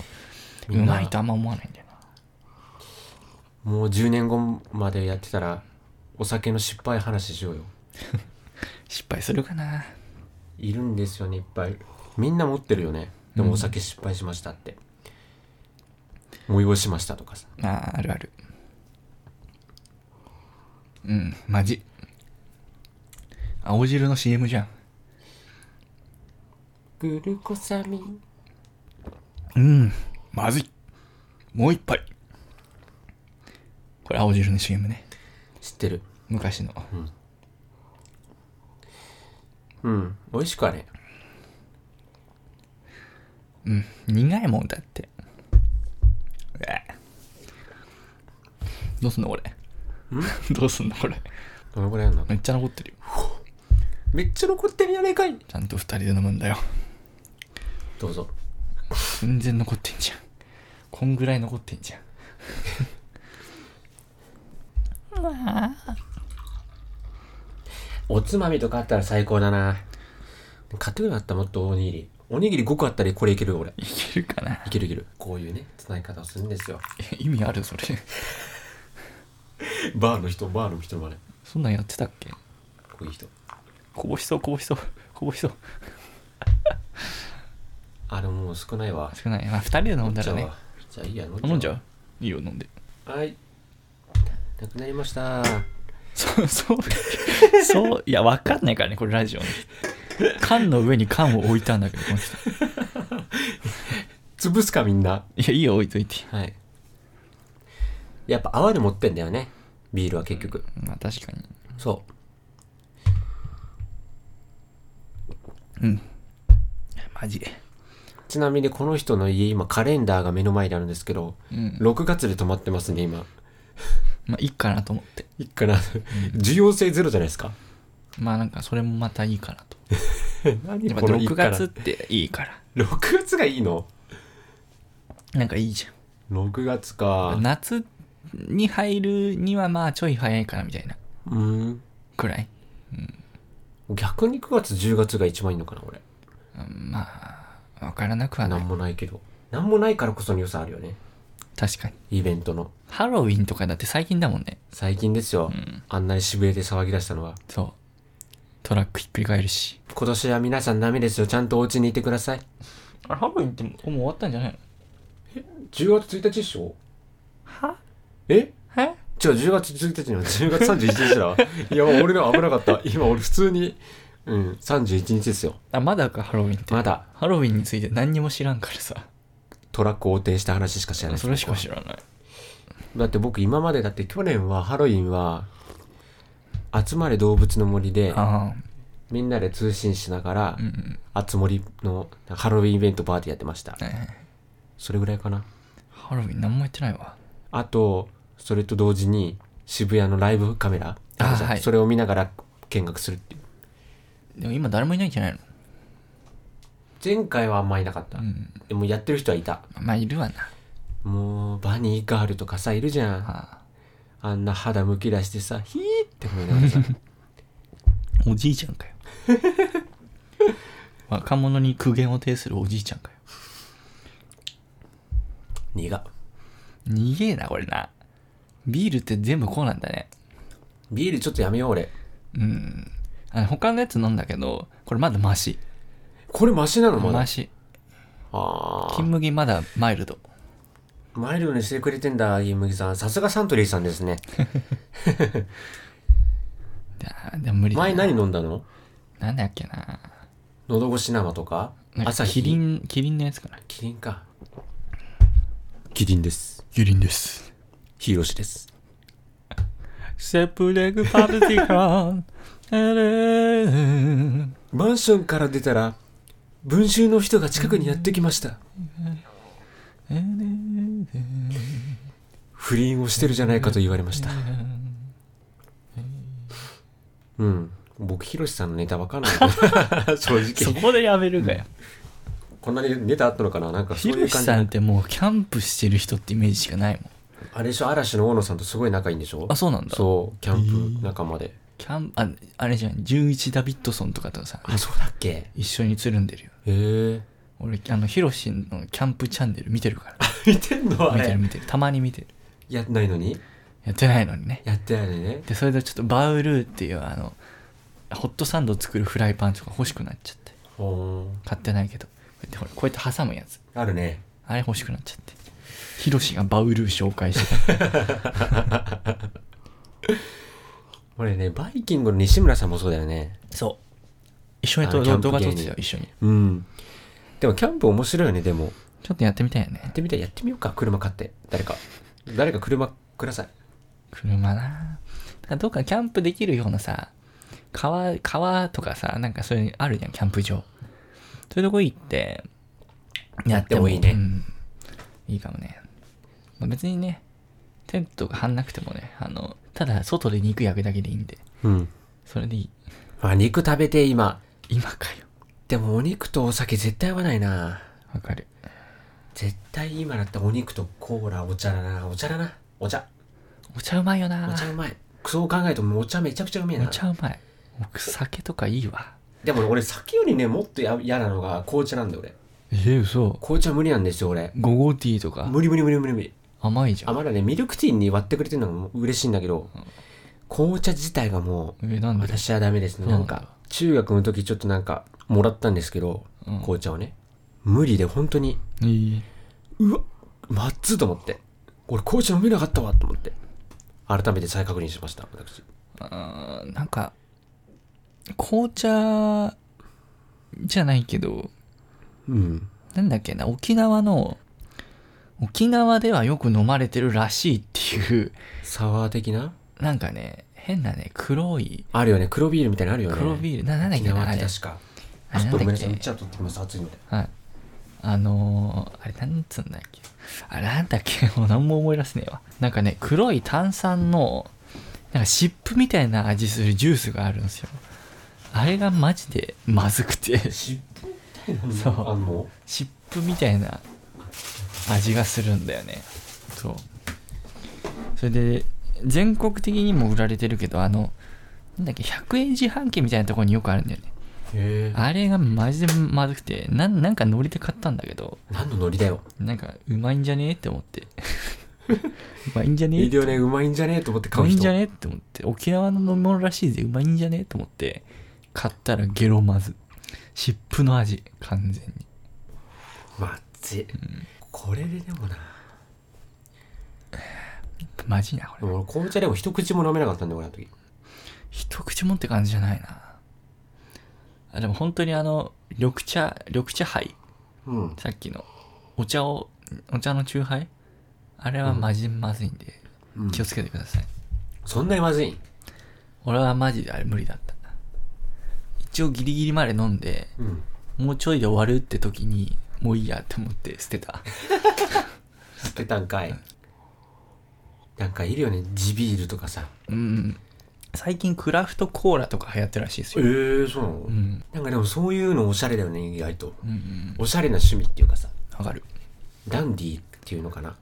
う
みんな
まいとあんま思わないんだよな
もう10年後までやってたらお酒の失敗話しようよ
失敗するかない
るんですよねいっぱいみんな持ってるよね
う
で
ん
もお酒失敗しましたって、催しましたとかさ
あーあるあるうんマジ青汁の CM じゃん
グルコサミン
うんまずいもう一杯これ青汁の CM ね
知ってる
昔の
うん美味しくはね
うん苦いもんだってうわどうすんのこれ どうすんのこれ
どのぐらいなの
めっちゃ残ってるよ
めっちゃ残ってるやないかい
ちゃんと二人で飲むんだよ
どうぞ
全然残ってんじゃんこんぐらい残ってんじゃん
おつまみとかあったら最高だな買ってくれなかったもっとおにぎりおにぎり5個あったらこれいけるよ俺
いけるかない
けるいけるこういうね伝え方をするんですよ
意味あるそれ
バーの人バーの人まで
そんなんやってたっけ
こういう人
こぼしそうこぼしそうこぼしそう
あでももう少ないわ
少ないまあ2人で飲んだら
飲
ね
わじゃあいいや
飲んじゃ
わ
ういいよ飲んで
はいなくなりました
そう そうそういや分かんないからねこれラジオね缶の上に缶を置いたんだけどこの人
潰すかみんない
やいいよ置いといて
はいやっぱ泡で持ってんだよねビールは結局
まあ確かに
そう
うんマジで
ちなみにこの人の家今カレンダーが目の前にあるんですけど
うん
6月で止まってますね今
まあいいかなと思って
いいかな需要性ゼロじゃないですか
まあなんかそれもまたいいかなと
何
やっぱ
このいい
6
かな
月っていいから
6月がいいの
なんかいいじ
6月
ゃ
か
ん夏に入るにはまあちょい早いかなみたいな
うん
くらい
逆に9月10月が一番いいのかな俺
うんまあわからなくはな
何
い
もないけど何もないからこその良さあるよね
確かに
イベントの
ハロウィンとかだって最近だもんね
最近ですよ、
ん
あんなに渋谷で騒ぎ出したのは
そうトラックひっくり返るし
今年は皆さんダメですよちゃんとお家にいてください
あれハロウィンってもう終わったんじゃないの
10月1日っしょ
は
え
え
違う10月1日の10月31日だわ いや俺の危なかった今俺普通にうん31日ですよ
あまだかハロウィンって
まだ
ハロウィンについて何にも知らんからさ
トラック横転した話しか知らないです
それしか知らない
だって僕今までだって去年はハロウィンは集まれ動物の森で
ああ
みんなで通信しながら
うんうん
あつ森のハロウィンイベントパーティーやってました
ねえ
それぐらいかな
ハロウィン何もやってないわ
あとそれと同時に渋谷のライブカメラ
あ
あるじゃん
はい
それを見ながら見学するっていう
でも今誰もいないんじゃないの
前回はあんまいなかった、
ん
でもやってる人はいた
まあいるわな
もうバニーガールとかさいるじゃん
あ
あんな肌むき出してさヒーって思いなが らさ
あおじいちゃんかよ 若者に苦言を呈するおじいちゃんかよ
苦
逃げえなこれなビールって全部こうなんだね
ビールちょっとやめよう俺
うんあの他のやつ飲んだけどこれまだマシ
これマシなのまだ
マシ
あー
金麦まだマイルド
マイルドにしてくれてんだ、銀麦さん。さすがサントリーさんですね。
いやーでも無理だな
前何飲んだの
なんだっけな
喉越し生とか
なんか
朝日
キリンキリンのやつかな
キリンか。キリンです。
キリンです
ヒーロシです。
セプレグパルティカ ンエレン
マンションから出たら、文集の人が近くにやってきました。
エレン
不倫をしてるじゃないかと言われました。うん。僕、ヒロシさんのネタわかん ないな。正
そ
直。
こでやめるかよ
こんなにネタあったのかななんかそ
ヒ
うい
ロ
う
シ
感
さんっ
じ。
てもうキャンプしてる人ってイメージしかないもん
あれでしょ嵐の大野さんとすごい仲いいんでしょ
あそうなんだ
そう、キャンプ仲間で。
キャンああれじゃん11ダビッドソンとかとさ
あ、そうだっけへ
一緒につるんでるよ
え。
俺あのヒロシのキャンプチャンネル見てる から
見てんのあ
見てる
れ
見てるたまに見てる
やってないのに
やってないのにね
やってないのにね
でそれでちょっとバウルーっていうあのホットサンド作るフライパンとか欲しくなっちゃって
ほ
買ってないけどこうやってほらこうやって挟むやつ
ーあるね
あれ欲しくなっちゃってヒロシがバウルー紹介してた
俺ねバイキングの西村さんもそうだよね
そう一緒にと
あのキャンプ
動画撮って
芸
た
人
よ一緒に
うんでもキャンプ面白いよねでもや
ちょっとやってみたいよね
ってみたいやってみようか車買って誰か誰か車ください
車なだからどっかキャンプできるようなさ川川とかさなんかそういうのあるじゃんキャンプ場そういうとこ行ってやっても
やってもいいね
うんいいかもね、まあ別にねテントが張んなくてもねあのただ外で肉焼くだけでいいんで
うん
それでいい
あ肉食べて今
今かよ
でもお肉とお酒絶対合わないな
わかる
絶対今だってお肉とコーラお茶だなお茶だなお茶
お茶うまいよ
お
な
茶うまいそう考えてもお茶めちゃくちゃうめえ
お
な
茶うまい僕酒とかいいわ
でも俺酒よりねもっとや嫌なのが紅茶なんだよ俺
ええ嘘
紅茶無理なんですよ俺
午後ティーとか
無理無理無理無理無理
甘いじゃ
あ
ん
まだねミルクティーに割ってくれてるのも嬉しいんだけど、紅茶自体がも
えな
うん
で
私はダメですね
そうな
なんん
だ
か中学の時ちょっとなんかもらったんですけど、
うん
紅茶をね無理で本当に
えー
うわまっつーと思って俺紅茶飲めなかったわと思って改めて再確認しました私
あーなんか紅茶じゃないけど
うん
なんだっけな沖縄の沖縄ではよく飲まれてるらしいっていう
サワー的な
なんかね変なね黒い
あるよね黒ビールみたいなのあるよね
黒ビールななんだっ
沖
けな
縄
あ
っ
れ
て確か
あ
ち
れ
ょ
な
っと
ん
ごめ
だっ
んなさいお茶
け
取ってきます熱いので
はいあのーあれなんつうんだっけあれなんだっけ もう何も思い出せねえわなんかね黒い炭酸のなんか湿布みたいな味するジュースがあるんですよあれがマジでまずくて
湿布みたいな
そう
のあんの
湿布みたいな味がするんだよねそうそれで全国的にも売られてるけどあのなんだっけ100円自販機みたいなところによくあるんだよね
へえ
あれがマジでまずくてなんなんかノリで買ったんだけど
何のノリだよ
なんかうまいんじゃねえって思ってうまいんじゃねえ
い
っ
い
て
よねうまいんじゃねえと思って
う
買
ま
う
いんじ
人
ゃねえって思って沖縄の飲み物らしいぜうまいんじゃねえと思って買ったらゲロまず湿布の味完全に
まずいこれででもな
マジなこれ
でも俺紅茶でも一口も飲めなかったんだよ俺あの時
一口もって感じじゃないなあでも本当にあの緑茶緑茶杯
うん
さっきのお茶をお茶の酎ハイあれはマジまずいんで、
うん
気をつけてください
そんなにまずい
俺はマジであれ無理だった一応ギリギリまで飲んで
うん
もうちょいで終わるって時にもういいやって思って捨てた
知ってたんかいなんかいるよね地ビールとかさ
うん最近クラフトコーラとか流行ってるらしいです
ええ
よ、
そうなの
うん、
なんかでもそういうのおしゃれだよね意外と
うんうん
おしゃれな趣味っていうかさ
わかる
ダンディーっていうのかな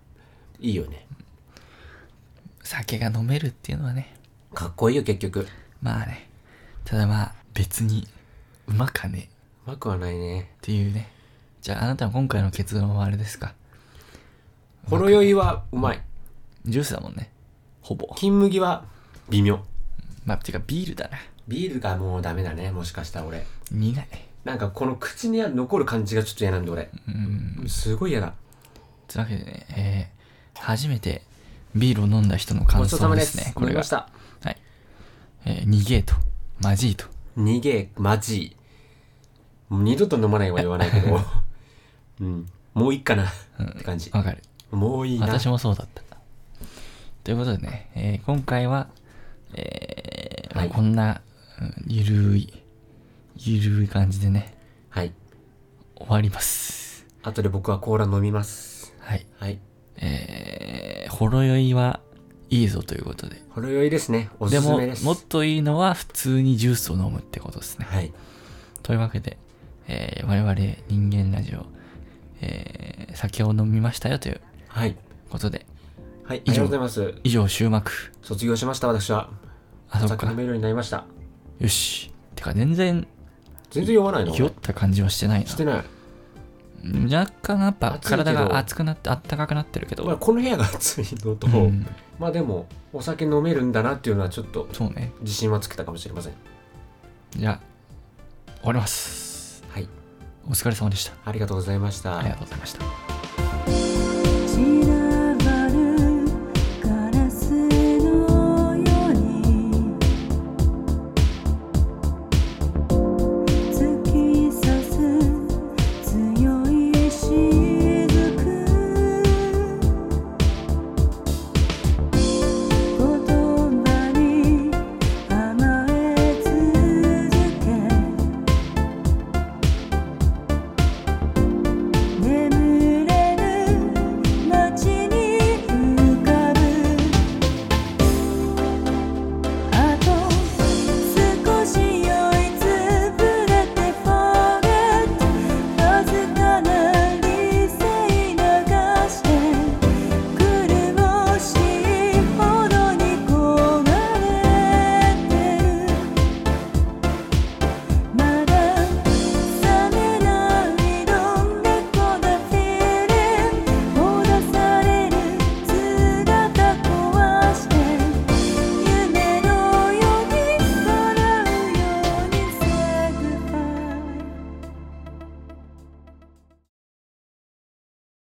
いいよね
酒が飲めるっていうのはね
かっこいいよ結局う
まあね。ただまあ、別に、うまかねっ
まくはないね
ていうね。じゃあ、あなたの今回の結論はあれですか
ほろ酔いはうまい
ジュースだもんね。ほぼ。
金麦は微妙
まあ、てかビールだな。
ビールがもうダメだねもしかしたら俺
苦い。
なんかこの口に残る感じがちょっと嫌なんで俺
うん。
すごい嫌だ
というわけでね、えー、初めてビールを飲んだ人の感
ごちそうさ
想
ま
で
ですす
ね。
飲みま
が
し。た
はい。えー、逃げえと、まじいと。
逃げマジもう二度と飲まないは言わないけ どうんもういいかなって感じ
わかる。
もういいな
私もそうだった。ということでね、えー今回は、えーまあ
はい
こんな、うんゆるい、ゆるい感じでね、
はい
終わります。
後で僕はコーラ飲みます
はい。
はい
えー、ほろ酔いはいいぞということで。
ほろ酔いですねおす
ですも
めで、す
もっといいのは普通にジュースを飲むってことですね。
はい
というわけで、えー我々人間ラジオ、えー酒を飲みましたよという
はい
ことで、
はいあり
以
が
上
とうございます
以上、終幕。
卒業しました私は
あ、
お
そっ
酒
か
飲。めるようになりました
よし。てか、全然、
全然酔わないの
酔った感じはしてないな
し。てない
若干やっぱ
暑いけど
体が熱くなってあったかくなってるけど、
まあこの部屋が暑いのと、
うん、
まあでもお酒飲めるんだなっていうのはちょっと
そうね
自信はつけたかもしれません
じゃあ終わります
はい
お疲れ様でした
ありがとうございました
ありがとうございました